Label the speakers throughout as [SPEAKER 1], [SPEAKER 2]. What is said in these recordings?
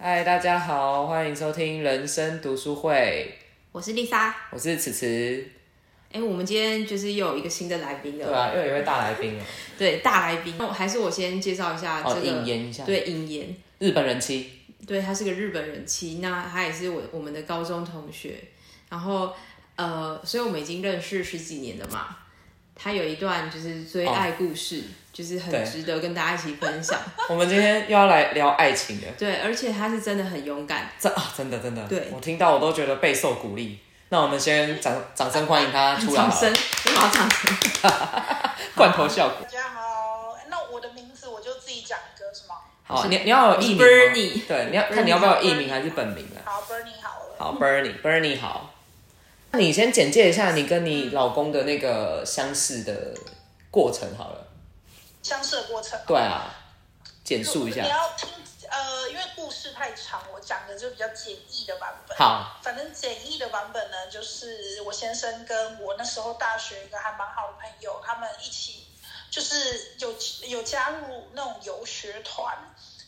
[SPEAKER 1] 嗨，大家好，欢迎收听人生读书会，
[SPEAKER 2] 我是丽莎。
[SPEAKER 1] 我是此慈，
[SPEAKER 2] 哎、我们今天就是又有一个新的来宾
[SPEAKER 1] 对
[SPEAKER 2] 了，
[SPEAKER 1] 啊，又有一位大来宾了，
[SPEAKER 2] 对，大来宾。那我还是我先介绍一下
[SPEAKER 1] 哦
[SPEAKER 2] 这个，
[SPEAKER 1] 引言一下
[SPEAKER 2] 对，引言，
[SPEAKER 1] 日本人妻，
[SPEAKER 2] 对，他是个日本人妻，那他也是我我们的高中同学，然后呃，所以我们已经认识十几年了嘛。他有一段就是追
[SPEAKER 1] 哦
[SPEAKER 2] 爱故事，就是
[SPEAKER 1] 对
[SPEAKER 2] 很值得跟大家一起分享。
[SPEAKER 1] 我们今天又要来聊爱情了，
[SPEAKER 2] 对，而且他是真的很勇敢。
[SPEAKER 1] 真啊，真的真的，
[SPEAKER 2] 对
[SPEAKER 1] 我听到我都觉得备受鼓励。那我们先掌掌声欢迎他出来
[SPEAKER 2] 掌
[SPEAKER 1] 好了，
[SPEAKER 2] 声，你好，掌声。
[SPEAKER 1] 罐头效果。
[SPEAKER 3] 大家好，那我的名字我就自己讲一个是吗？
[SPEAKER 1] 好，你你要有艺名吗哦
[SPEAKER 2] Bernie
[SPEAKER 1] 对，你要看你要不要有艺名还是本名啊？
[SPEAKER 3] 好，Bernie 好了。
[SPEAKER 1] 好，Bernie，Bernie 好。那你先简介一下你跟你老公的那个相识的过程好了。
[SPEAKER 3] 相似的过程，
[SPEAKER 1] 对啊，简述一下
[SPEAKER 3] 你。要听呃，因为故事太长，我讲的就比较简易的版本。
[SPEAKER 1] 好，
[SPEAKER 3] 反正简易的版本呢，就是我先生跟我那时候大学一个还蛮好的朋友，他们一起就是有有加入那种游学团，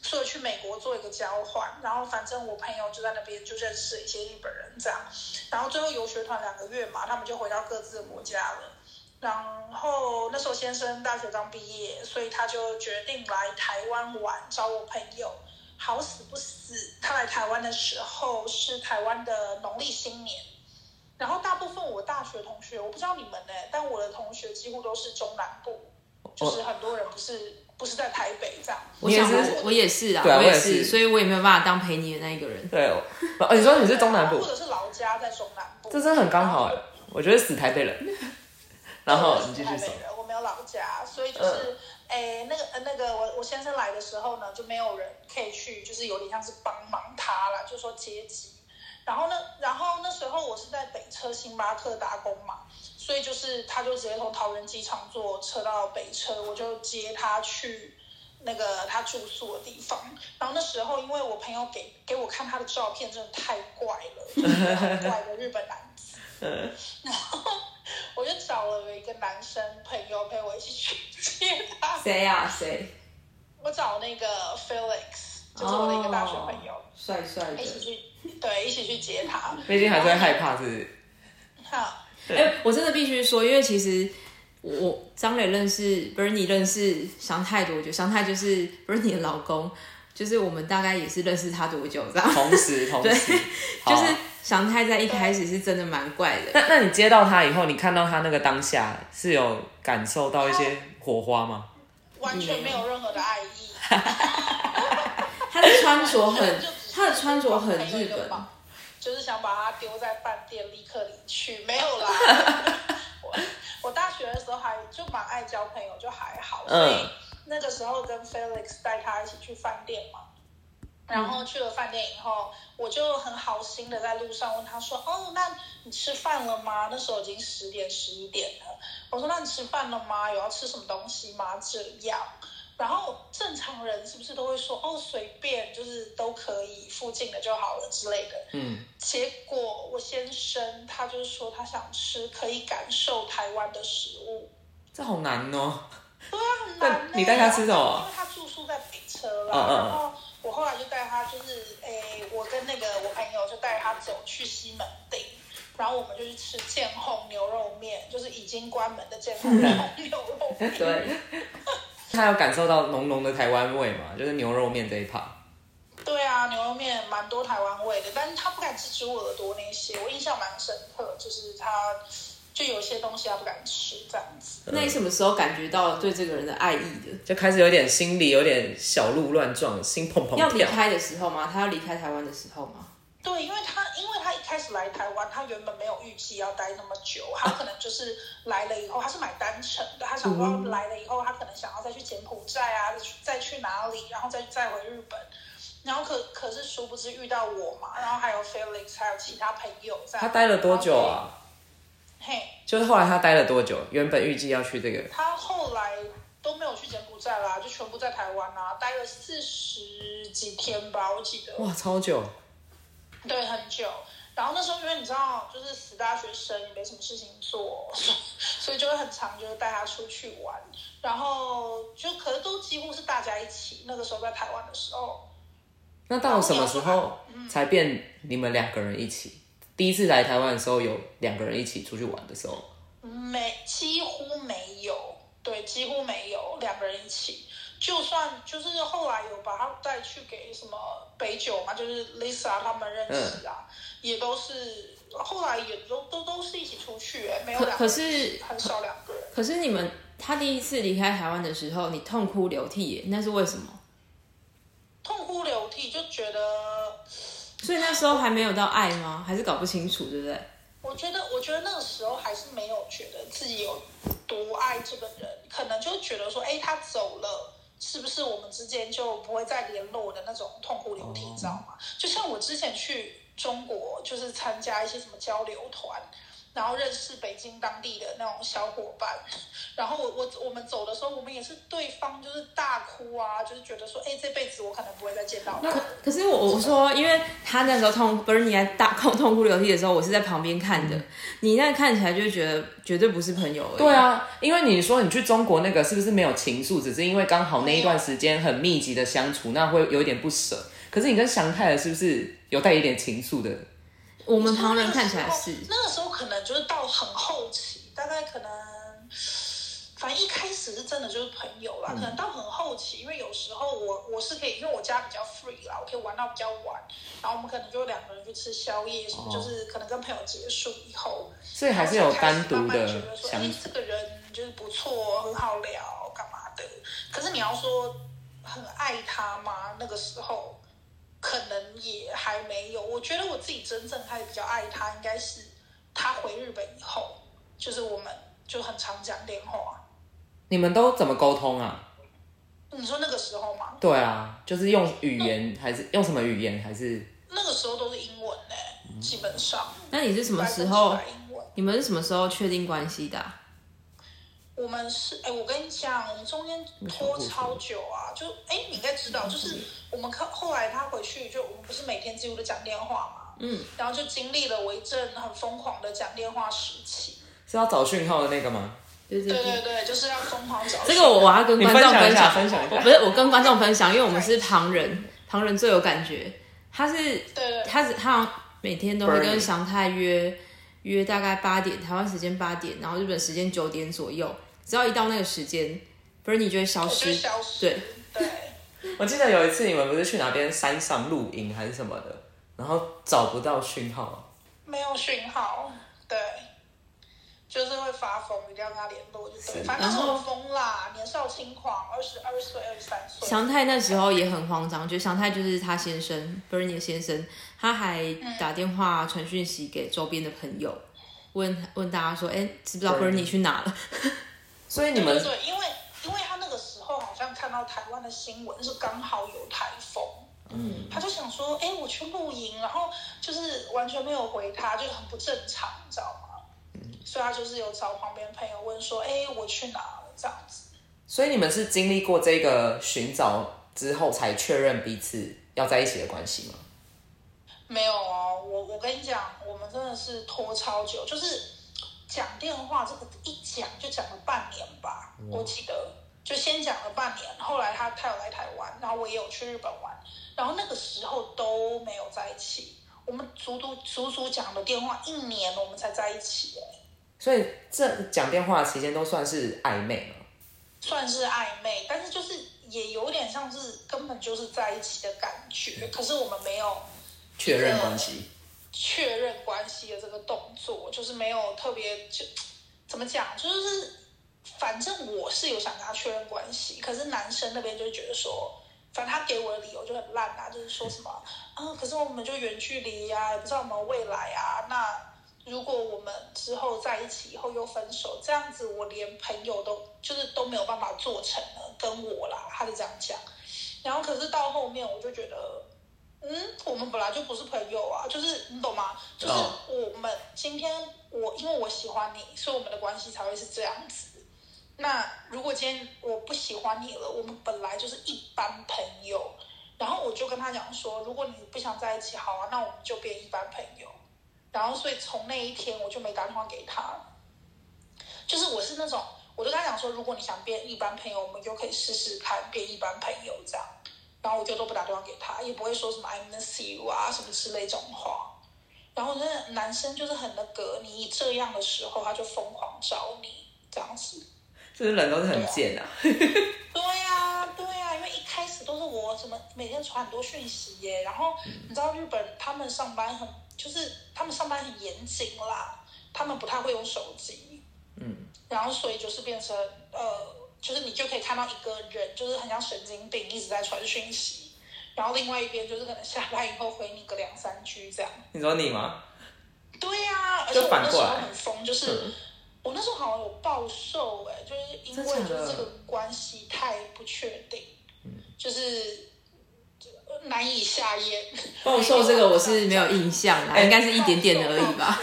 [SPEAKER 3] 所以去美国做一个交换。然后反正我朋友就在那边就认识了一些日本人这样，然后最后游学团两个月嘛，他们就回到各自的国家了。然后那时候先生大学刚毕业，所以他就决定来台湾玩，找我朋友。好死不死，他来台湾的时候是台湾的农历新年，然后大部分我大学同学，我不知道你们呢、但我的同学几乎都是中南部，就是很多人不是不是在台北这样。
[SPEAKER 2] 我
[SPEAKER 1] 你也
[SPEAKER 2] 想
[SPEAKER 1] 是
[SPEAKER 2] 我我也是啊，
[SPEAKER 1] 对啊
[SPEAKER 2] 也
[SPEAKER 1] 我也是
[SPEAKER 2] 所以我也没有办法当陪你的那一个人。
[SPEAKER 1] 对，我哦，你说你是中南部
[SPEAKER 3] 或，者是老家在中南部，
[SPEAKER 1] 这真的很刚好哎，我觉得死台北 人。然后你继续
[SPEAKER 3] 我是
[SPEAKER 1] 说
[SPEAKER 3] 台，北人我没有老家，所以
[SPEAKER 1] 嗯
[SPEAKER 3] 就是，诶、那个呃那个我我先生来的时候呢，就没有人可以去，就是有点像是帮忙他啦，就说接机。然后呢，然后那时候我是在北车星巴克打工嘛，所以就是他就直接从桃园机场坐车到北车，我就接他去那个他住宿的地方。然后那时候因为我朋友给给我看他的照片，真的太怪了，就是很怪的日本男子。然后我就找了一个男生朋友陪我一起去接他。
[SPEAKER 2] 谁呀、啊？谁？
[SPEAKER 3] 我找那个 Felix，就是我的一个大学朋友，
[SPEAKER 2] 帅帅
[SPEAKER 3] 一起去，对，一起去接他。
[SPEAKER 1] 毕竟还是会害怕，是不是？
[SPEAKER 3] 哈，
[SPEAKER 2] 哎、我真的必须说，因为其实我张磊认识 Bernie 认识祥太多久？祥太就是 Bernie 的老公，就是我们大概也是认识他多久这样。
[SPEAKER 1] 同时，同时，好
[SPEAKER 2] 就是祥太在一开始是真的蛮怪的，
[SPEAKER 1] 那那你接到他以后，你看到他那个当下是有感受到一些火花吗？
[SPEAKER 3] 完全没有任何的爱意，
[SPEAKER 2] 他的穿着
[SPEAKER 3] 就
[SPEAKER 2] 很
[SPEAKER 3] 只是，
[SPEAKER 2] 他的穿着很
[SPEAKER 3] 帮朋友
[SPEAKER 2] 日
[SPEAKER 3] 一个
[SPEAKER 2] 本。
[SPEAKER 3] 忙就是想把他丢在饭店立刻离去，没有啦。我我大学的时候还就蛮爱交朋友，就还好，所以
[SPEAKER 1] 嗯
[SPEAKER 3] 那个时候跟 Felix 带他一起去饭店嘛。然后去了饭店以后，我就很好心的在路上问他说：“哦，那你吃饭了吗？”那时候已经十点十一点了。我说：“那你吃饭了吗？有要吃什么东西吗？”这样，然后正常人是不是都会说：“哦，随便，就是都可以，附近的就好了之类的。”
[SPEAKER 1] 嗯，
[SPEAKER 3] 结果我先生他就是说他想吃可以感受台湾的食物，
[SPEAKER 1] 这好难哦。
[SPEAKER 3] 对啊，很难、欸。
[SPEAKER 1] 那你带他吃什么
[SPEAKER 3] 因为他住宿在北车啦，
[SPEAKER 1] 嗯嗯嗯
[SPEAKER 3] 然后我后来就带他，就是诶、我跟那个我朋友就带他走去西门町，然后我们就去吃建烘牛肉面，就是已经关门的建烘
[SPEAKER 1] 嗯
[SPEAKER 3] 牛肉 面。
[SPEAKER 2] 对，
[SPEAKER 1] 他有感受到浓浓的台湾味嘛？就是牛肉面这一趴。
[SPEAKER 3] 对啊，牛肉面蛮多台湾味的，但是他不敢吃猪耳朵那些，我印象蛮深刻，就是他就有些东西他不敢吃这样子。
[SPEAKER 2] 那你什么时候感觉到对这个人的爱意的？
[SPEAKER 1] 就开始有点心里有点小鹿乱撞，心砰砰
[SPEAKER 2] 要离
[SPEAKER 1] 跳。
[SPEAKER 2] 开的时候吗？他要离开台湾的时候吗？
[SPEAKER 3] 对，因为他因为他一开始来台湾，他原本没有预计要待那么久，他可能就是来了以后，他是买单程的，他想
[SPEAKER 1] 嗯
[SPEAKER 3] 说来了以后，他可能想要再去柬埔寨啊，再去再去哪里，然后再再回日本。然后可可是殊不知遇到我嘛，然后还有 Felix，还有其他朋友在。
[SPEAKER 1] 他待了多久？啊？
[SPEAKER 3] 嘿，
[SPEAKER 1] 就是后来他待了多久？原本预计要去这个，
[SPEAKER 3] 他后来都没有去柬埔寨啦，就全部在台湾啊，待了四十几天吧，我记得。
[SPEAKER 1] 哇，超久。
[SPEAKER 3] 对，很久。然后那时候因为你知道，就是死大学生也没什么事情做，所以就会很常就是带他出去玩，然后就可是都几乎是大家一起。那个时候在台湾的时候，
[SPEAKER 1] 那到什么时候才变你们两个人一起？第一次来台湾的时候，有两个人一起出去玩的时候，
[SPEAKER 3] 没嗯几乎没有，对，几乎没有两个人一起。就算就是后来有把他带去给什么北九嘛，就是 Lisa 他们认识啊，也都是后来也都都都是一起出去、欸，没有
[SPEAKER 2] 可
[SPEAKER 3] 两个
[SPEAKER 2] 可
[SPEAKER 3] 人
[SPEAKER 2] 是
[SPEAKER 3] 一起很少两个人。
[SPEAKER 2] 可是你们他第一次离开台湾的时候，你痛哭流涕耶，那是为什么？
[SPEAKER 3] 痛哭流涕，就觉得，
[SPEAKER 2] 所以那时候还没有到爱吗？还是搞不清楚，对不对？
[SPEAKER 3] 我觉得，我觉得那个时候还是没有觉得自己有多爱这个人，可能就觉得说，哎，他走了，是不是我们之间就不会再联络的那种痛哭流涕，你知道吗？就像我之前去中国，就是参加一些什么交流团。然后认识北京当地的那种小伙伴，然后我我我们走的时候，我们也是对方就是大哭啊，就是觉得说，哎，这辈子我可能不会再见到他
[SPEAKER 2] 可
[SPEAKER 3] 了。
[SPEAKER 2] 可是我我说，因为他那时候痛，不是你还大痛痛哭流涕的时候，我是在旁边看的。你那看起来就觉得绝对不是朋友而已。
[SPEAKER 1] 嗯对，啊，因为你说你去中国那个是不是没有情愫，只是因为刚好那一段时间很密集的相处，那会有一点不舍。可是你跟祥泰的是不是有带一点情愫的？
[SPEAKER 2] 我们旁人看起来是。
[SPEAKER 3] 那个时候可能就是到很后期，大概可能，反正一开始是真的就是朋友
[SPEAKER 2] 嗯
[SPEAKER 3] 啦，可能到很后期，因为有时候我我是可以，因为我家比较 free 啦，我可以玩到比较晚，然后我们可能就两个人去吃宵夜什么，
[SPEAKER 1] 哦
[SPEAKER 3] 就是可能跟朋友结束以后，
[SPEAKER 1] 所以还是有单独
[SPEAKER 3] 然后才开
[SPEAKER 1] 的
[SPEAKER 3] 始慢慢觉得说，
[SPEAKER 1] 相
[SPEAKER 3] 哎
[SPEAKER 1] 处，。
[SPEAKER 3] 这个人就是不错，很好聊，干嘛的？可是你要说很爱他吗？那个时候可能也还没有。我觉得我自己真正开始比较爱他，应该是他回日本以后，就是我们就很常讲电话。
[SPEAKER 1] 你们都怎么沟通啊？
[SPEAKER 3] 你说那个时候吗？
[SPEAKER 1] 对啊，就是用语言还是用什么语言还是？
[SPEAKER 3] 那个时候都是英文呢、基本上
[SPEAKER 2] 那你是什
[SPEAKER 3] 什
[SPEAKER 2] 么时候？
[SPEAKER 3] 英文。
[SPEAKER 2] 你们是什么时候确定关系的啊、
[SPEAKER 3] 我们是哎、我跟你讲，我们中间拖超久啊，就哎、你应该知
[SPEAKER 2] 嗯
[SPEAKER 3] 道，就是我们看后来他回去，就我们不是每天几乎都讲电话嘛，
[SPEAKER 2] 嗯，
[SPEAKER 3] 然后就经历了我一阵很疯狂的讲电话时期，
[SPEAKER 1] 是要找讯号的那个吗？
[SPEAKER 2] 对对
[SPEAKER 3] 对
[SPEAKER 2] 对。
[SPEAKER 3] 对对，就是要疯狂找
[SPEAKER 2] 嗯这个我我要跟
[SPEAKER 1] 你
[SPEAKER 2] 观
[SPEAKER 1] 分
[SPEAKER 2] 众
[SPEAKER 1] 享一
[SPEAKER 2] 分
[SPEAKER 1] 下，
[SPEAKER 2] 享，
[SPEAKER 1] 分享一
[SPEAKER 2] 我
[SPEAKER 1] 下。
[SPEAKER 2] 不是我跟观众分享，因为我们是旁人，旁人最有感觉。他是
[SPEAKER 3] 对对对
[SPEAKER 2] 他只他好像每天都会
[SPEAKER 1] Bernie
[SPEAKER 2] 跟祥太约约大概八点，台湾时间八点，然后日本时间九点左右。只要一到那个时间，Bernie 就会消
[SPEAKER 3] 我就
[SPEAKER 2] 失。
[SPEAKER 3] 消失，
[SPEAKER 2] 对，
[SPEAKER 3] 对
[SPEAKER 1] 我记得有一次你们不是去哪边山上露营还是什么的，然后找不到讯号，
[SPEAKER 3] 没有讯号，对。就是会发疯，一定要跟他联络，就对。
[SPEAKER 1] 是
[SPEAKER 3] 反正那时候
[SPEAKER 2] 然后
[SPEAKER 3] 很疯啦，年少轻狂，二十二岁、二十三岁。
[SPEAKER 2] 祥太那时候也很慌张，就祥太就是他先生 Bernie 的先生，他还打电话传讯息给周边的朋友，问问大家说，哎、知不知道
[SPEAKER 1] Bernie
[SPEAKER 2] Bernie 去哪了？
[SPEAKER 1] 所以你
[SPEAKER 3] 对
[SPEAKER 1] 们
[SPEAKER 3] 对对，因为因为他那个时候好像看到台湾的新闻是刚好有台风，嗯，他就想说，哎，我去露营，然后就是完全没有回他，就很不正常，你知道吗？所以他就是有找旁边朋友问说，哎，我去哪了这样子。
[SPEAKER 1] 所以你们是经历过这个寻找之后才确认彼此要在一起的关系吗？
[SPEAKER 3] 没有哦，我我跟你讲，我们真的是拖超久，就是讲电话这个一讲就讲了半年吧，我记得就先讲了半年，后来他他有来台湾，然后我也有去日本玩，然后那个时候都没有在一起，我们足足足足讲了电话一年，我们才在一起、哎，
[SPEAKER 1] 所以这讲电话的期间都算是暧昧嘛？
[SPEAKER 3] 算是暧昧，但是就是也有点像是根本就是在一起的感觉，可是我们没有
[SPEAKER 1] 确认关系，
[SPEAKER 3] 确认关系的这个动作，就是没有特别就怎么讲，就是反正我是有想跟他确认关系，可是男生那边就觉得说，反正他给我的理由就很烂啊，就是说什么啊，可是我们就远距离啊呀、也不知道我们未来啊，那。如果我们之后在一起以后又分手，这样子我连朋友都就是都没有办法做成了，跟我啦，他就这样讲。然后可是到后面我就觉得，嗯，我们本来就不是朋友啊，就是你懂吗？就是
[SPEAKER 1] 哦
[SPEAKER 3] 我们今天我因为我喜欢你，所以我们的关系才会是这样子。那如果今天我不喜欢你了，我们本来就是一般朋友。然后我就跟他讲说，如果你不想在一起，好啊，那我们就变一般朋友。然后所以从那一天我就没打电话给他了。就是我是那种，我就跟他讲说，如果你想变一般朋友，我们就可以试试看变一般朋友这样。然后我就都不打电话给他，也不会说什么 I miss you 啊什么之类这种话。然后那男生就是很那个，你这样的时候他就疯狂找你这样子。
[SPEAKER 1] 就是人都是很贱啊。
[SPEAKER 3] 对呀、对呀、因为一开始都是我怎么每天传很多讯息耶，然后你知道日本他们上班很就是他们上班很严谨啦，他们不太会用手机，
[SPEAKER 1] 嗯，
[SPEAKER 3] 然后所以就是变成呃，就是你就可以看到一个人就是很像神经病一直在传讯息，然后另外一边就是可能下班以后回你个两三句这样。
[SPEAKER 1] 啊你说你吗？
[SPEAKER 3] 对呀、而且我
[SPEAKER 1] 就反
[SPEAKER 3] 那时
[SPEAKER 1] 过
[SPEAKER 3] 候
[SPEAKER 1] 来
[SPEAKER 3] 很疯，就是。
[SPEAKER 1] 嗯
[SPEAKER 3] 我那时候好像有暴瘦哎、就是因为
[SPEAKER 1] 真
[SPEAKER 3] 就
[SPEAKER 1] 假的
[SPEAKER 3] 是这个关系太不确定，就是呃难以下咽。
[SPEAKER 1] 暴瘦
[SPEAKER 2] 瘦这
[SPEAKER 1] 这
[SPEAKER 2] 个
[SPEAKER 1] 个
[SPEAKER 2] 我
[SPEAKER 1] 我
[SPEAKER 2] 是
[SPEAKER 1] 是
[SPEAKER 2] 没有印象啦，
[SPEAKER 1] 哎
[SPEAKER 2] 应该是一点点而已吧。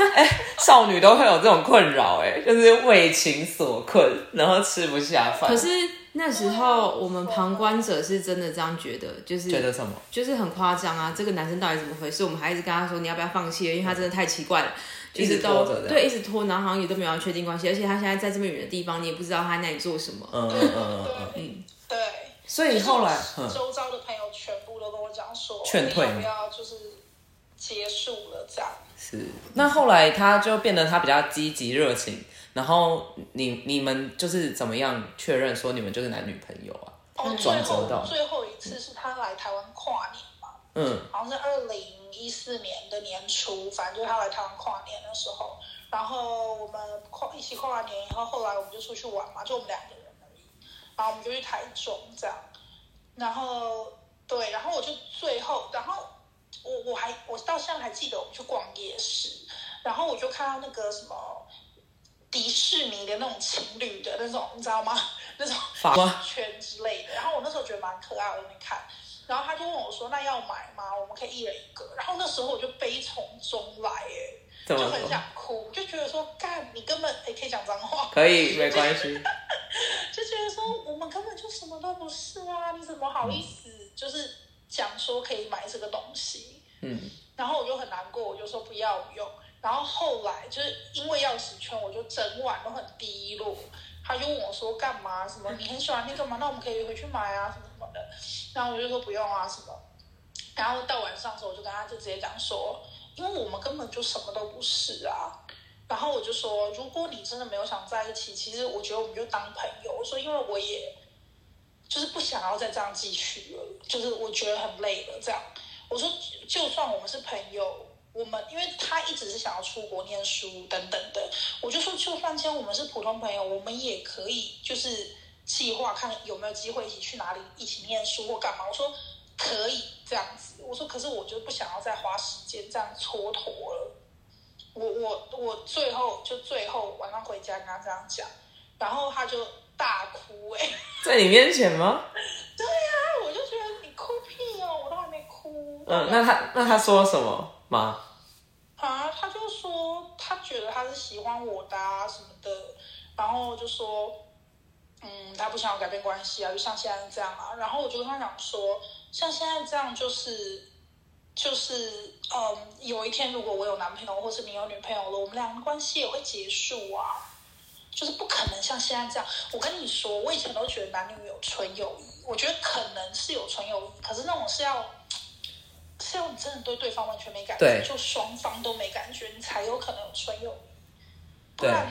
[SPEAKER 1] 少女都会有这种困扰，哎，就是为情所困，然后吃不下饭。
[SPEAKER 2] 可是那时候我们旁观者是真的这样觉得，就是
[SPEAKER 1] 觉得什么？
[SPEAKER 2] 就是很夸张啊！这个男生到底怎么回事？我们还一直跟他说你要不要放弃了，因为他真的太奇怪了，就
[SPEAKER 1] 一
[SPEAKER 2] 是
[SPEAKER 1] 直
[SPEAKER 2] 都
[SPEAKER 1] 拖着的
[SPEAKER 2] 对一直拖，然后好像也都没有要确定关系，而且他现在在这么远的地方，你也不知道他那里做什么。
[SPEAKER 1] 嗯嗯嗯嗯嗯。
[SPEAKER 3] 对对，
[SPEAKER 1] 所以后来，
[SPEAKER 3] 啊就是
[SPEAKER 1] 嗯，
[SPEAKER 3] 周遭的朋友全部都跟我讲说，
[SPEAKER 1] 劝退
[SPEAKER 3] 你要
[SPEAKER 1] 吗
[SPEAKER 3] 不要就是结束了这样？
[SPEAKER 1] 是。那后来他就变得他比较积极热情，然后你你们就是怎么样确认说你们就是男女朋友啊？
[SPEAKER 3] 哦，最
[SPEAKER 1] 转折到
[SPEAKER 3] 后最后一次是他来台湾跨年嘛，
[SPEAKER 1] 嗯，
[SPEAKER 3] 好像是二零一四年的年初，反正就是他来台湾跨年的时候，然后我们跨一起跨完年以后，后来我们就出去玩嘛，就我们两个人而已，然后我们就去台中这样，然后对，然后我就最后，然后我我还我到现在还记得我们去逛夜市，然后我就看到那个什么。迪士尼的那种情侣的那种，你知道吗？ 那种
[SPEAKER 1] 法吗
[SPEAKER 3] 圈之类的。然后我那时候觉得蛮可爱，我在那边看。然后他就问我说：“那要买吗？我们可以一人一个。”然后那时候我就悲从中来，哎，
[SPEAKER 1] 怎么
[SPEAKER 3] 就很
[SPEAKER 1] 说
[SPEAKER 3] 想？哭，就觉得说干，你根本哎可以讲脏话，
[SPEAKER 1] 可以，没关系。
[SPEAKER 3] 就觉得说我们根本就什么都不是啊，你怎么好意思就是讲说可以买这个东西？
[SPEAKER 1] 嗯，
[SPEAKER 3] 然后我就很难过，我就说不要不用。然后后来就是因为钥匙圈，我就整晚都很低落。他就问我说干嘛？什么你很喜欢那个吗？那我们可以回去买啊，什么什么的。然后我就说不用啊，什么。然后到晚上的时候，我就跟他就直接讲说，因为我们根本就什么都不是啊。然后我就说，如果你真的没有想在一起，其实我觉得我们就当朋友。我说，因为我也就是不想要再这样继续了，就是我觉得很累了这样。我说，就算我们是朋友，我们因为他一直是想要出国念书等等的，我就说，就算今天我们是普通朋友，我们也可以就是计划看有没有机会一起去哪里一起念书或干嘛。我说可以这样子，我说可是我就不想要再花时间这样蹉跎了。我我我最后就最后晚上回家跟他这样讲，然后他就大哭哎、欸
[SPEAKER 1] 在你面前吗？
[SPEAKER 3] 我就觉得你哭屁哦，我都还没哭。
[SPEAKER 1] 嗯，那他那他说什么吗？
[SPEAKER 3] 啊，他就说他觉得他是喜欢我的啊什么的，然后就说，嗯，他不想要改变关系啊，就像现在这样啊。然后我就跟他讲说，像现在这样就是就是，嗯，有一天如果我有男朋友或是你有女朋友了，我们俩的关系也会结束啊，就是不可能像现在这样。我跟你说，我以前都觉得男女有纯友谊，我觉得可能是有纯友谊，可是那种是要。是要你真的对对方完全没感觉
[SPEAKER 1] 对，
[SPEAKER 3] 就双方都没感觉，你才有可能有纯友谊。不
[SPEAKER 1] 对
[SPEAKER 3] 然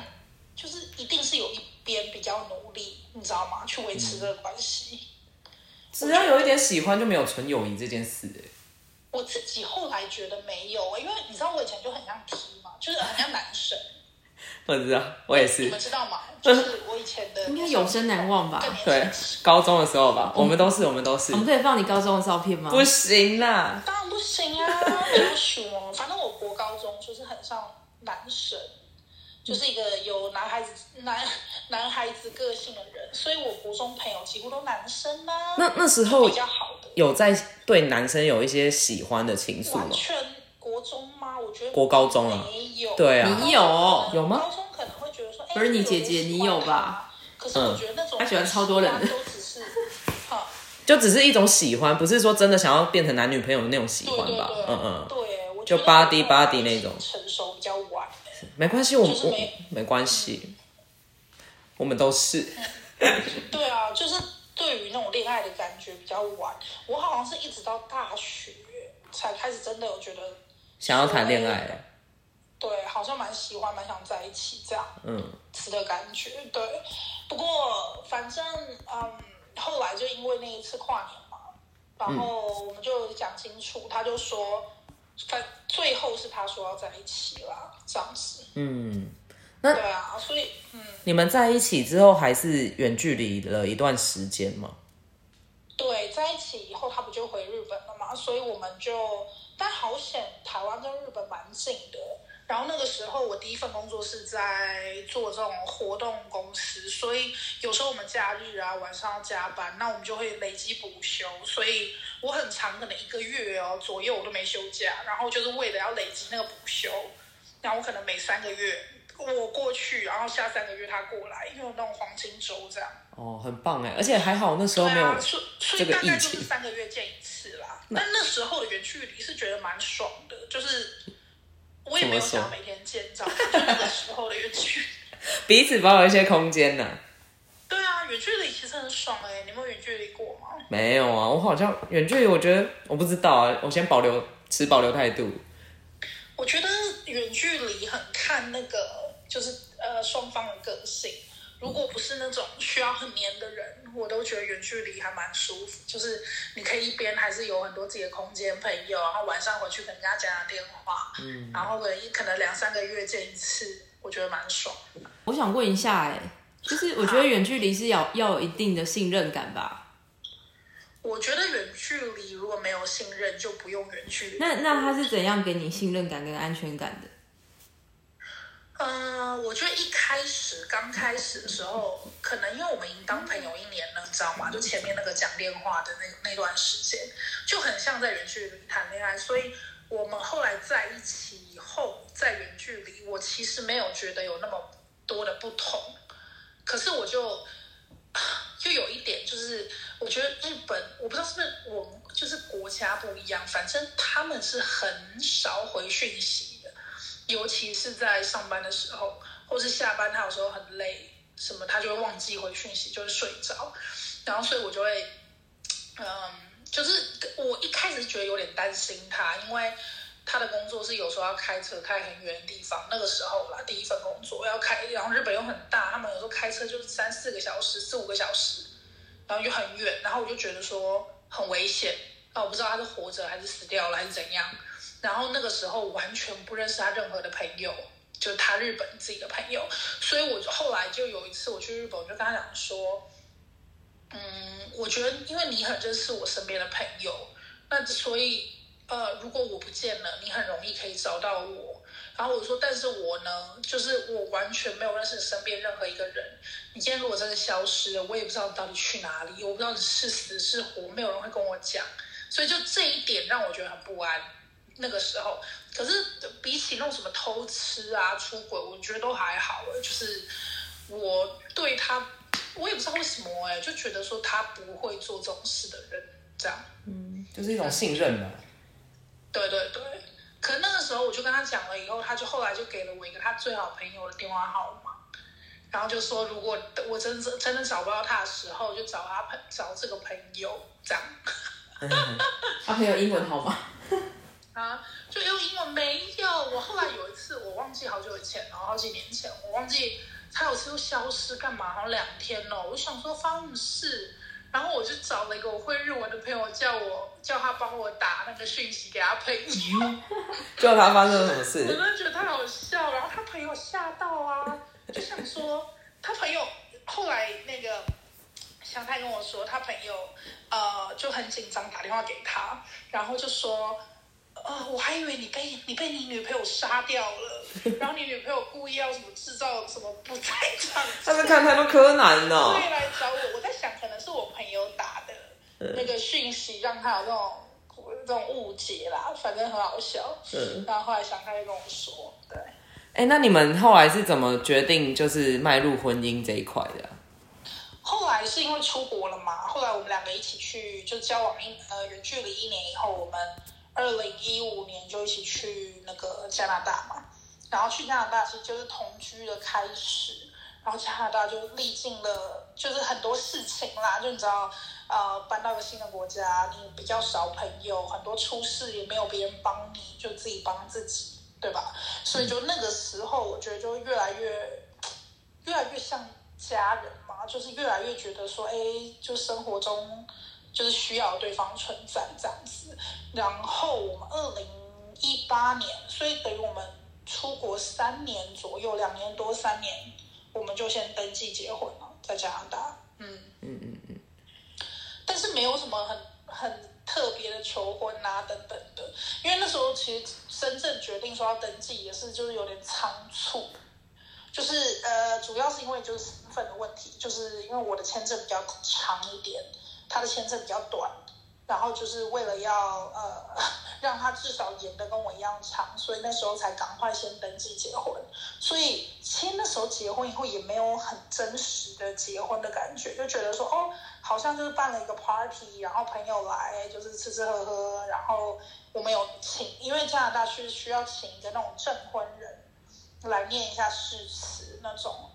[SPEAKER 3] 就是一定是有一边比较努力，你知道吗？去维持这个关系。
[SPEAKER 1] 嗯只要有一点喜欢，就没有纯友谊这件事、哎
[SPEAKER 3] 我自己后来觉得没有，因为你知道我以前就很像 T 嘛，就是很像男生，
[SPEAKER 1] 我知道，我也
[SPEAKER 3] 你
[SPEAKER 1] 是
[SPEAKER 3] 们。知道吗？就是我以前的
[SPEAKER 2] 应该永生难忘吧
[SPEAKER 3] 更年
[SPEAKER 1] 嗯
[SPEAKER 3] 轻
[SPEAKER 1] 对，高中的时候吧，我们都是，我们都是
[SPEAKER 2] 我，们可以放你高中的照片吗？
[SPEAKER 1] 不行啦。
[SPEAKER 3] 当然不 行啊，
[SPEAKER 1] 嗯
[SPEAKER 3] 不说。反正我国高中就是很像男神，就是一个有男孩子男 男孩子个性的人，所以我国中朋友几乎都男生啦、
[SPEAKER 1] 那那时候
[SPEAKER 3] 比较好的。
[SPEAKER 1] 有在对男生有一些喜欢的情愫
[SPEAKER 3] 完
[SPEAKER 1] 吗？
[SPEAKER 3] 全国中吗？我觉得
[SPEAKER 1] 国高中啊
[SPEAKER 3] 没有，
[SPEAKER 1] 对啊
[SPEAKER 2] 你有
[SPEAKER 1] 有吗
[SPEAKER 3] 高中可能会觉得说，哎、
[SPEAKER 2] 不是你姐姐
[SPEAKER 3] 有人
[SPEAKER 2] 你
[SPEAKER 3] 喜欢
[SPEAKER 2] 有吧
[SPEAKER 3] 他？啊可是我觉得那种、
[SPEAKER 2] 嗯她喜欢超多人的
[SPEAKER 3] 都只是，哈，
[SPEAKER 1] 就只是一种喜欢，不是说真的想要变成男女朋友的那种 喜
[SPEAKER 3] 对对
[SPEAKER 1] 欢
[SPEAKER 3] 对
[SPEAKER 1] 吧？，嗯嗯，
[SPEAKER 3] 对，我
[SPEAKER 1] 就
[SPEAKER 3] 觉得
[SPEAKER 1] buddy
[SPEAKER 3] 我们
[SPEAKER 1] buddy 那种
[SPEAKER 3] 成熟比较晚。
[SPEAKER 1] 没关系，我们
[SPEAKER 3] 就是
[SPEAKER 1] 我
[SPEAKER 3] 没嗯
[SPEAKER 1] 没关系，我们都是。
[SPEAKER 3] 对啊，就是对于于那种恋爱的感觉比较晚，我好像是一直到大学才开始真的有觉得，
[SPEAKER 1] 想要谈恋爱了，
[SPEAKER 3] 对，好像蛮喜欢，蛮想在一起这样。
[SPEAKER 1] 嗯，
[SPEAKER 3] 吃的感觉。对，不过反正嗯，后来就因为那一次跨年嘛，
[SPEAKER 1] 嗯
[SPEAKER 3] 然后我们就讲清楚，他就说，反最后是他说要在一起啦，这样子。
[SPEAKER 1] 嗯，那
[SPEAKER 3] 对啊，所以嗯，
[SPEAKER 1] 你们在一起之后还是远距离了一段时间吗？
[SPEAKER 3] 对，在一起以后他不就回日本了嘛，所以我们就，但好险台湾跟日本蛮近的。然后那个时候我第一份工作是在做这种活动公司，所以有时候我们假日啊晚上要加班，那我们就会累积补休，所以我很长可能一个月哦左右我都没休假，然后就是为了要累积那个补休，然后我可能每三个月我过去，然后下三个月他过来，因为有那种黄金周这样。
[SPEAKER 1] 哦，很棒哎，而且还好那时候没
[SPEAKER 3] 对
[SPEAKER 1] 有
[SPEAKER 3] 啊，所所以
[SPEAKER 1] 这个
[SPEAKER 3] 大概
[SPEAKER 1] 疫
[SPEAKER 3] 就是
[SPEAKER 1] 情
[SPEAKER 3] 三个月见一次啦。但那时候的远距离是觉得蛮爽的，就是我也没
[SPEAKER 1] 怎么
[SPEAKER 3] 有
[SPEAKER 1] 说
[SPEAKER 3] 想要每天见，你知道吗？就那个时候的远距离。
[SPEAKER 1] 彼此保有一些空间呢、
[SPEAKER 3] 对啊，远距离其实很爽哎、你们有远距离过吗？
[SPEAKER 1] 没有啊，我好像远距离，我觉得我不知道啊，我先保留持保留态度。
[SPEAKER 3] 我觉得远距离很看那个，就是呃双方的个性。如果不是那种需要很黏的人，我都觉得远距离还蛮舒服。就是你可以一边还是有很多自己的空间、朋友，然后晚上回去可能跟他讲讲电话，嗯，然后可能一可能两三个月见一次，我觉得蛮爽。
[SPEAKER 2] 我想问一下、哎，就是我觉得远距离是要要有一定的信任感吧？
[SPEAKER 3] 我觉得远距离如果没有信任，就不用远距离。
[SPEAKER 2] 那那他是怎样给你信任感跟安全感的？
[SPEAKER 3] 嗯，我觉得一开始刚开始的时候，可能因为我们已经当朋友一年了，你知道吗？就前面那个讲电话的那那段时间，就很像在远距离谈恋爱，所以我们后来在一起以后，在远距离，我其实没有觉得有那么多的不同，可是我就 就有一点，就是我觉得日本，我不知道是不是我就是国家不一样，反正他们是很少回讯息的，尤其是在上班的时候，或是下班，他有时候很累，什么他就会忘记回讯息，就会睡着，然后所以我就会，嗯，就是我一开始觉得有点担心他，因为。他的工作是有时候要开车开很远的地方，那个时候啦，第一份工作要开，然后日本又很大，他们有时候开车就是三四个小时、四五个小时，然后就很远，然后我就觉得说很危险，那我不知道他是活着还是死掉了还是怎样。然后那个时候完全不认识他任何的朋友，就他日本自己的朋友，所以我就后来就有一次我去日本，我就跟他讲说，嗯，我觉得因为你很认识我身边的朋友，那所以呃，如果我不见了，你很容易可以找到我。然后我说，但是我呢，就是我完全没有认识身边任何一个人。你今天如果真的消失了，我也不知道你到底去哪里，我不知道你是死是活，没有人会跟我讲。所以就这一点让我觉得很不安。那个时候，可是比起那种什么偷吃啊、出轨，我觉得都还好。欸就是我对他，我也不知道为什么哎、就觉得说他不会做这种事的人，这样。
[SPEAKER 1] 就是一种信任吧。
[SPEAKER 3] 对对对，可是那个时候我就跟他讲了以后，他就后来就给了我一个他最好朋友的电话号码，然后就说如果我真真真的找不到他的时候，就找他朋找这个朋友这样
[SPEAKER 2] 他朋友英文好吗？
[SPEAKER 3] 啊，就因为英文没有。我后来有一次我忘记好久以前了，好几年前我忘记他有一次又消失干嘛，好像两天哦，我就想说发生什么事。然后我就找了一个我会日文的朋友，叫我叫他帮我打那个讯息给他朋友。
[SPEAKER 1] 就他发生了什么事？
[SPEAKER 3] 我真的觉得太好笑，然后他朋友吓到啊，就想说他朋友后来那个祥太跟我说，他朋友呃就很紧张打电话给他，然后就说。呃，我还以为你被你被你女朋友杀掉了，然后你女朋友故意要什么制造什么不在场
[SPEAKER 1] 他是看太多柯南
[SPEAKER 3] 所
[SPEAKER 1] 哦、
[SPEAKER 3] 以来找我，我在想可能是我朋友打
[SPEAKER 1] 嗯
[SPEAKER 3] 的那个讯息，让他有那种这种误解啦，反正很好笑。
[SPEAKER 1] 嗯
[SPEAKER 3] 然后后来想他就跟我说，对，
[SPEAKER 1] 哎、那你们后来是怎么决定就是迈入婚姻这一块的啊、
[SPEAKER 3] 后来是因为出国了嘛，后来我们两个一起去就交往一呃远距离一年以后，我们二零一五年就一起去那个加拿大嘛，然后去加拿大其实就是同居的开始，然后加拿大就历尽了就是很多事情啦，就你知道，呃，搬到一个新的国家，你比较少朋友，很多出事也没有别人帮你，就自己帮自己，对吧？所以就那个时候，我觉得就越来越，越来越像家人嘛，就是越来越觉得说，哎，就生活中就是需要对方存在这样子。然后我们二零一八年，所以等于我们出国三年左右，两年多三年，我们就先登记结婚了，在加拿大。嗯，
[SPEAKER 1] 嗯嗯嗯，
[SPEAKER 3] 但是没有什么很很特别的求婚啊等等的，因为那时候其实深圳决定说要登记也是就是有点仓促，就是呃主要是因为就是身份的问题，就是因为我的签证比较长一点，他的签证比较短，然后就是为了要呃 让他至少演的跟我一样长，所以那时候才赶快先登记结婚。所以其实那时候结婚以后也没有很真实的结婚的感觉，就觉得说哦，好像就是办了一个 party，然后朋友来就是吃吃喝喝，然后我们有请，因为加拿大是需要请一个那种证婚人来念一下誓词那种，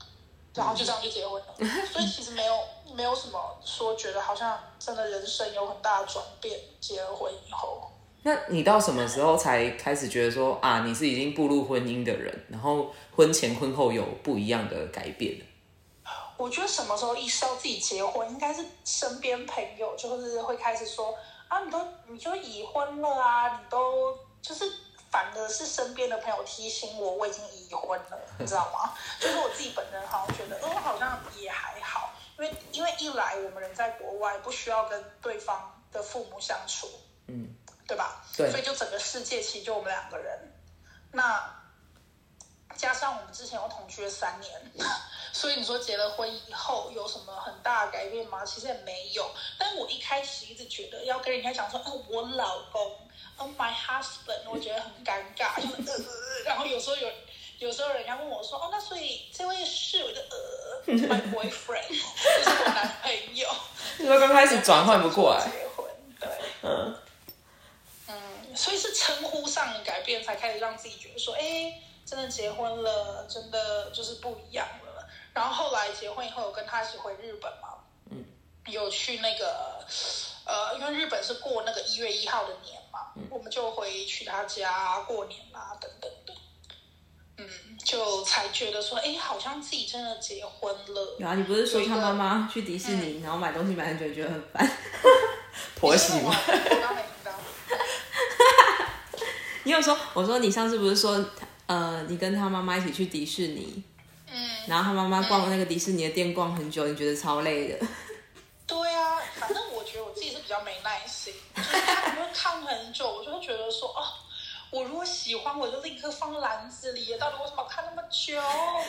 [SPEAKER 3] 然后就这样就结婚了。所以其实没有没有什么说觉得好像真的人生有很大的转变，结了婚以后。
[SPEAKER 1] 那你到什么时候才开始觉得说啊，你是已经步入婚姻的人，然后婚前婚后有不一样的改变？
[SPEAKER 3] 我觉得什么时候意识到自己结婚，应该是身边朋友就是会开始说啊，你都你就已婚了啊，你都就是反而是身边的朋友提醒我我已经已婚了，你知道吗？就是我自己本人好像觉得，嗯，好像也还好，因为因为一来我们人在国外，不需要跟对方的父母相处，
[SPEAKER 1] 嗯，
[SPEAKER 3] 对吧？
[SPEAKER 1] 对
[SPEAKER 3] 所以就整个世界其实就我们两个人，那加上我们之前又同居了三年。 所以你说结了婚以后有什么很大的改变吗？其实也没有。但我一开始一直觉得要跟人家讲说，哦，我老公，哦，my husband，我觉得很尴尬， 就是呃呃，然后有时候有。有时候人家问我说：“哦，那所以这位是我的呃，my boyfriend，就是 我男朋友。”
[SPEAKER 1] 你说刚开始转换不过来，
[SPEAKER 3] 结婚，对，嗯，嗯，所以是称呼上的改变，才开始让自己觉得说，哎、真的结婚了，真的就是不一样了。然后后来结婚以后，有跟他一起回日本嘛，嗯，有去那个，呃，因为日本是过那个一月一号的年嘛，我们就回去他家过年啦，等等的。嗯，就才觉得说，哎、好像自己真的结婚了。
[SPEAKER 2] 然后啊你不是说他妈妈去迪士尼，然后买东西买很久，你觉得很烦？
[SPEAKER 1] 婆媳
[SPEAKER 3] 吗
[SPEAKER 1] 嘛。？
[SPEAKER 3] 我刚没听到。
[SPEAKER 2] 你有说，我说你上次不是说，呃，你跟他妈妈一起去迪士尼，
[SPEAKER 3] 嗯，
[SPEAKER 2] 然后他妈妈逛那个迪士尼的店逛很久，你觉得超累的。
[SPEAKER 3] 对啊，反正我觉得我自己是比较没耐心， 就是他们会看很久，我就会觉得说，哦，我如果喜欢，我就立刻放篮子里，到底为什么看那么久？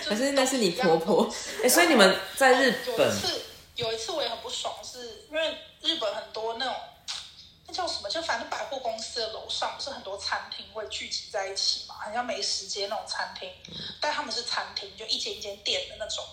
[SPEAKER 2] 可是那是你婆婆，
[SPEAKER 1] 哎、所以你们在日
[SPEAKER 3] 有一
[SPEAKER 1] 本，
[SPEAKER 3] 次，有一次我也很不爽，是因为日本很多那种那叫什么，就反正百货公司的楼上不是很多餐厅会聚集在一起嘛，很像美食街那种餐厅，但他们是餐厅，就一间一间店的那种，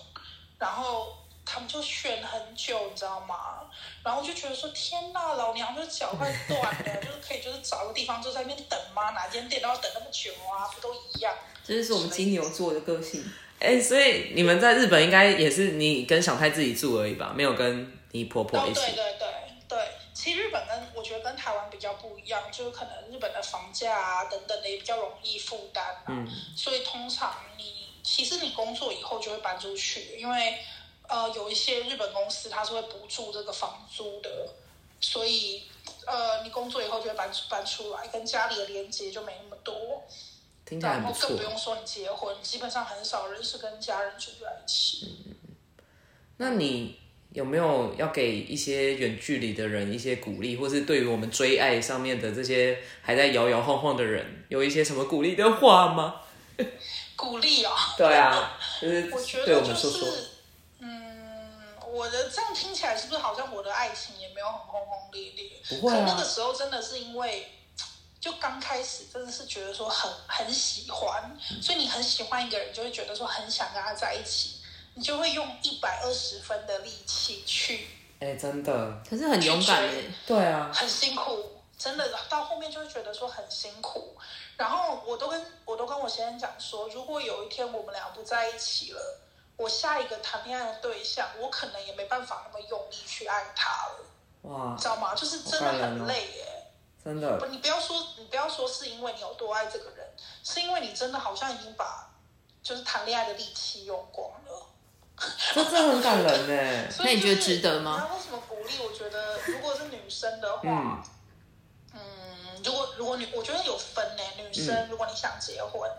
[SPEAKER 3] 然后。他们就选很久，你知道吗？然后我就觉得说，天呐，老娘就脚快断了，就是可以，就是找个地方就在那边等吗？哪间店都要等那么久啊，不都一样？
[SPEAKER 2] 这就是我们金牛座的个性。
[SPEAKER 1] 哎、所以你们在日本应该也是你跟小太自己住而已吧，没有跟你婆婆
[SPEAKER 3] 哦，
[SPEAKER 1] 一起。
[SPEAKER 3] 对对对对，其实日本跟我觉得跟台湾比较不一样，就是可能日本的房价啊等等的也比较容易负担啊，
[SPEAKER 1] 嗯
[SPEAKER 3] 所以通常你其实你工作以后就会搬出去，因为呃有一些日本公司它是会补助这个房租的，所以呃你工作以后就会搬搬出来，跟家里的连接就没那么多，
[SPEAKER 1] 听起来
[SPEAKER 3] 然
[SPEAKER 1] 很
[SPEAKER 3] 后
[SPEAKER 1] 不错
[SPEAKER 3] 更不。用说你结婚，基本上很少人是跟家人住在一起。
[SPEAKER 1] 那你有没有要给一些远距离的人一些鼓励，或是对于我们追爱上面的这些还在摇摇晃晃的人，有一些什么鼓励的话吗？
[SPEAKER 3] 鼓励哦。
[SPEAKER 1] 对啊，就是
[SPEAKER 3] 我觉
[SPEAKER 1] 对
[SPEAKER 3] 得
[SPEAKER 1] 我
[SPEAKER 3] 就
[SPEAKER 1] 们说
[SPEAKER 3] 是
[SPEAKER 1] 说。，
[SPEAKER 3] 嗯，我的这样听起来是不是好像我的爱情也没有很轰轰烈烈？
[SPEAKER 1] 不会啊
[SPEAKER 3] 可那个时候真的是因为，就刚开始真的是觉得说很很喜欢，所以你很喜欢一个人，就会觉得说很想跟他在一起，你就会用一百二十分的力气去，
[SPEAKER 1] 哎、真的，
[SPEAKER 2] 可是很勇敢耶、
[SPEAKER 1] 对啊，
[SPEAKER 3] 很辛苦。真的到后面就会觉得说很辛苦，然后我都跟我都跟我先生讲说，如果有一天我们俩不在一起了，我下一个谈恋爱的对象，我可能也没办法那么用力去爱他了，
[SPEAKER 1] 哇
[SPEAKER 3] 你知，道吗？就是真的
[SPEAKER 1] 好感人哦
[SPEAKER 3] 很累耶、
[SPEAKER 1] 真
[SPEAKER 3] 不，
[SPEAKER 1] 的，
[SPEAKER 3] 你不要说，你不要说是因为你有多爱这个人，是因为你真的好像已经把就是谈恋爱的力气用光了。
[SPEAKER 1] 这真的很感人呢。
[SPEAKER 3] 所以
[SPEAKER 2] 那你
[SPEAKER 3] 就
[SPEAKER 2] 觉得
[SPEAKER 3] 是
[SPEAKER 2] 值得吗
[SPEAKER 3] 你知道为什么鼓励？我觉得如果是女生的
[SPEAKER 1] 嗯
[SPEAKER 3] 话，嗯如果如果女，我觉得有分呢、女生，如果你想结婚，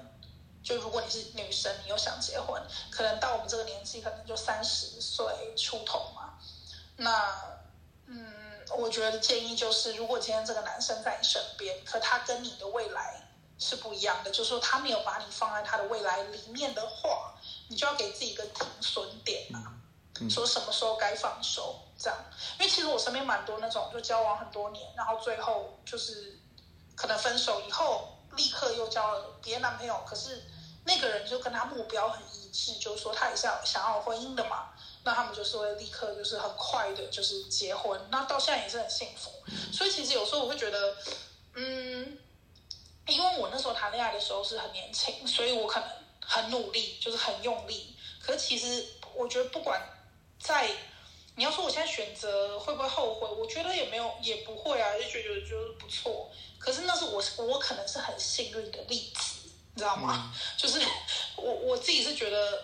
[SPEAKER 3] 就如果你是女生，你又想结婚，可能到我们这个年纪，可能就三十岁出头嘛。那嗯，我觉得建议就是，如果今天这个男生在你身边，可他跟你的未来是不一样的，就是说他没有把你放在他的未来里面的话，你就要给自己一个停损点啊。说什么时候该放手这样。因为其实我身边蛮多那种就交往很多年，然后最后就是可能分手以后立刻又交了别的男朋友，可是那个人就跟他目标很一致，就是说他也是要想要有婚姻的嘛。那他们就是会立刻就是很快的，就是结婚。那到现在也是很幸福，所以其实有时候我会觉得，嗯，因为我那时候谈恋爱的时候是很年轻，所以我可能很努力，就是很用力。可是其实我觉得，不管在你要说我现在选择会不会后悔，我觉得也没有，也不会啊，就觉得就是不错。可是那是我我可能是很幸运的例子，你知道吗？ 就是我我自己是觉得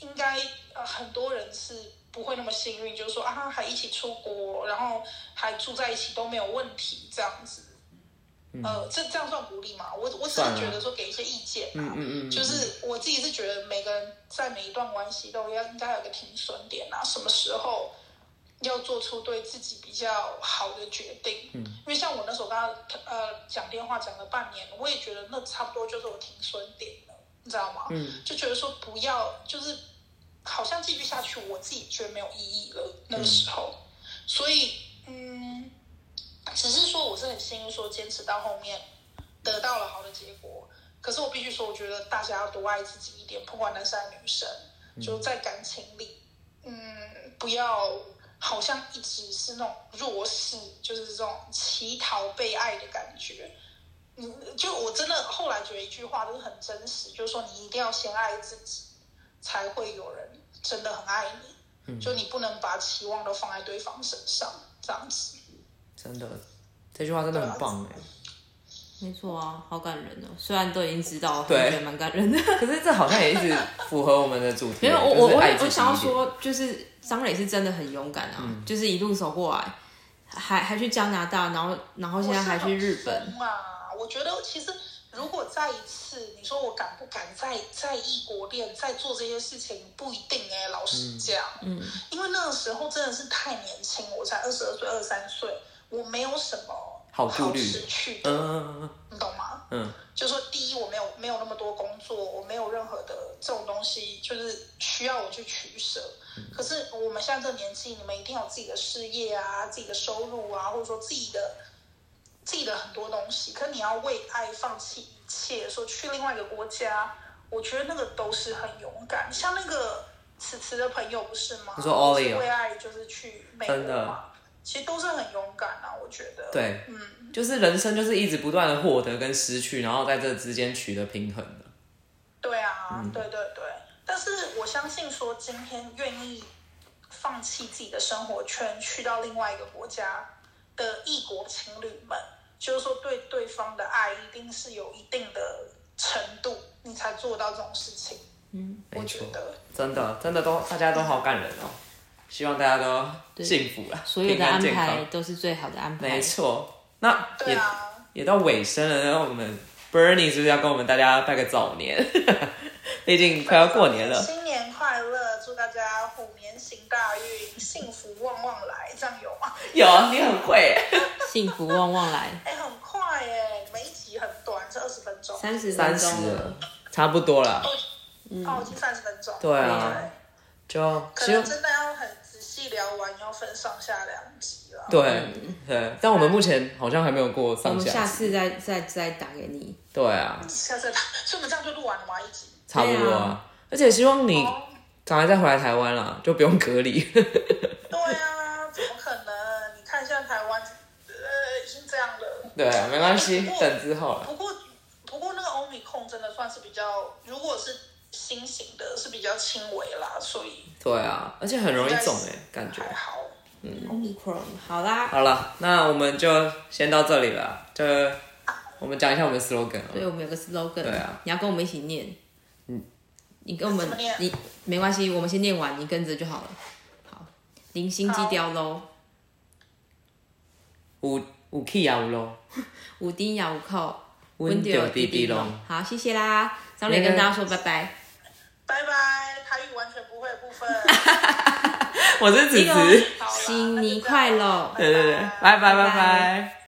[SPEAKER 3] 应该呃很多人是不会那么幸运，就是说啊还一起出国，然后还住在一起都没有问题这样子。
[SPEAKER 1] 嗯
[SPEAKER 3] 呃，这这样算鼓励吗？我我只
[SPEAKER 1] 算
[SPEAKER 3] 是
[SPEAKER 1] 啊
[SPEAKER 3] 觉得说给一些意见啊，
[SPEAKER 1] 嗯嗯嗯，
[SPEAKER 3] 就是我自己是觉得每个人在每一段关系都要应该有个停损点啊，什么时候要做出对自己比较好的决定。
[SPEAKER 1] 嗯，
[SPEAKER 3] 因为像我那时候跟他呃讲电话讲了半年，我也觉得那差不多就是我停损点了，你知道吗？
[SPEAKER 1] 嗯，
[SPEAKER 3] 就觉得说不要，就是好像继续下去，我自己觉得没有意义了。那个时候，所以嗯，只是说我是很幸运，说坚持到后面得到了好的结果。可是我必须说，我觉得大家要多爱自己一点，不管男生还是女生，就在感情里，嗯，不要好像一直是那种弱势，就是这种乞讨被爱的感觉。嗯，就我真的后来觉得一句话就是很真实，就是说你一定要先爱自己，才会有人真的很爱
[SPEAKER 1] 嗯
[SPEAKER 3] 你。就你不能把期望都放在对方身上，这样子。
[SPEAKER 1] 真的，这句话真的很棒哎。
[SPEAKER 2] 没错啊，好感人哦。虽然都已经知道，我
[SPEAKER 1] 对
[SPEAKER 2] 还觉得蛮感人的。
[SPEAKER 1] 可是这好像也一直符合我们的主题，
[SPEAKER 2] 没有，我我
[SPEAKER 1] 就是
[SPEAKER 2] 我
[SPEAKER 1] 爱自己
[SPEAKER 2] 我想要
[SPEAKER 1] 一点，嗯
[SPEAKER 2] 说，就是张磊是真的很勇敢啊，就是一路走过来，还还去加拿大，然后然后现在还去日本，
[SPEAKER 3] 嘛？我觉得其实如果再一次，你说我敢不敢再在异国恋再做这些事情，不一定哎、老实讲，
[SPEAKER 2] 嗯，
[SPEAKER 3] 因为那个时候真的是太年轻，我才二十二岁、二十三岁，我没有什么
[SPEAKER 1] 好顾虑
[SPEAKER 3] 失去的，
[SPEAKER 1] 嗯嗯
[SPEAKER 3] 你懂吗？
[SPEAKER 1] 嗯
[SPEAKER 3] 就是说，第一，我没有没有那么多工作，我没有任何的这种东西，就是需要我去取舍。
[SPEAKER 1] 嗯
[SPEAKER 3] 可是我们现在这个年纪，你们一定有自己的事业啊，自己的收入啊，或者说自己的自己的很多东西。可你要为爱放弃一切，说去另外一个国家，我觉得那个都是很勇敢。像那个此慈的朋友不是吗？
[SPEAKER 1] 你说 Ollie 哦
[SPEAKER 3] 就是为爱就是去美
[SPEAKER 1] 真
[SPEAKER 3] 国
[SPEAKER 1] 的
[SPEAKER 3] 嘛，其实都是很勇敢啊，我觉得。
[SPEAKER 1] 嗯，。对，
[SPEAKER 3] 嗯，
[SPEAKER 1] 就是人生就是一直不断的获得跟失去，然后在这之间取得平衡的。
[SPEAKER 3] 对啊，对对对。但是我相信说，今天愿意放弃自己的生活圈，去到另外一个国家的异国情侣们，就是说对对方的爱一定是有一定的程度，你才做到这种事情。嗯，我
[SPEAKER 1] 没
[SPEAKER 3] 觉
[SPEAKER 1] 错
[SPEAKER 3] 得。
[SPEAKER 1] 真的，真的都大家都好感人哦，希望大家都
[SPEAKER 2] 对
[SPEAKER 1] 幸福啦，
[SPEAKER 2] 所有的
[SPEAKER 1] 平安
[SPEAKER 2] 安
[SPEAKER 1] 健
[SPEAKER 2] 排
[SPEAKER 1] 康。
[SPEAKER 2] 都是最好的安排
[SPEAKER 1] 没。错，那
[SPEAKER 3] 对
[SPEAKER 1] 也、
[SPEAKER 3] 啊。
[SPEAKER 1] 也到尾声了，那我们 Bernie 是不是要跟我们大家拜个早年？ 毕竟快要过年了，
[SPEAKER 3] 新年快乐！祝大家虎年行大运，幸福旺旺来，这样 有吗？
[SPEAKER 1] 有啊你很会，
[SPEAKER 2] 幸福旺旺来，
[SPEAKER 3] 哎，很快耶，每一集很短，是二十分钟。
[SPEAKER 2] 三十
[SPEAKER 1] 三
[SPEAKER 2] 分钟
[SPEAKER 1] 十了，差不多啦。
[SPEAKER 3] 哦，已经三十分钟。
[SPEAKER 1] 对
[SPEAKER 2] 啊
[SPEAKER 1] 啊，就
[SPEAKER 3] 可
[SPEAKER 1] 其实
[SPEAKER 3] 能真的要很仔细聊完，要分上下两集了。
[SPEAKER 1] 对对，但我们目前好像还没有过
[SPEAKER 2] 我
[SPEAKER 1] 上
[SPEAKER 2] 们
[SPEAKER 1] 下
[SPEAKER 2] 下
[SPEAKER 1] 集，
[SPEAKER 2] 次再再再打给你。
[SPEAKER 1] 对啊，
[SPEAKER 3] 下次再打，所以我们这样就录完了吗？一集。
[SPEAKER 1] 差不多
[SPEAKER 2] 对
[SPEAKER 1] 啊
[SPEAKER 2] 啊。
[SPEAKER 1] 而且希望你
[SPEAKER 3] 哦，
[SPEAKER 1] 赶快再回来台湾啦，就不用隔离。
[SPEAKER 3] 对啊，怎么可能？你看现在台湾，呃，已经这样了。
[SPEAKER 1] 对啊，没关系
[SPEAKER 3] 不，过
[SPEAKER 1] 等之后了。
[SPEAKER 3] 不过，不过那个欧米控真的算是比较，如果是新型的是比较轻微啦，所以
[SPEAKER 1] 对啊，而且很容易肿哎、感觉。
[SPEAKER 3] 还好。
[SPEAKER 2] Omicron，好啦，
[SPEAKER 1] 嗯好了，那我们就先到这里了。就我们讲一下我们的 slogan
[SPEAKER 2] 对
[SPEAKER 1] 啊，
[SPEAKER 2] 我们有个 slogan，
[SPEAKER 1] 对啊
[SPEAKER 2] 你要跟我们一起念，嗯，你跟我们
[SPEAKER 3] 怎么念
[SPEAKER 2] 你没关系，我们先念完，你跟着就好了。好，零星机雕喽，
[SPEAKER 1] 五五 K 啊五喽，
[SPEAKER 2] 五丁呀五扣，
[SPEAKER 1] 温
[SPEAKER 2] 丢
[SPEAKER 1] 丢滴滴
[SPEAKER 2] 喽
[SPEAKER 1] 喽。。
[SPEAKER 2] 好，谢谢啦，张磊跟大家说拜拜。
[SPEAKER 3] 拜拜，台语完全不会的部分。
[SPEAKER 1] 我是子
[SPEAKER 2] 一个
[SPEAKER 1] 子，
[SPEAKER 3] 好啦
[SPEAKER 2] 新年快乐
[SPEAKER 3] 那
[SPEAKER 1] 对
[SPEAKER 3] 就这样
[SPEAKER 1] 对对，拜拜拜
[SPEAKER 2] 拜
[SPEAKER 1] 拜。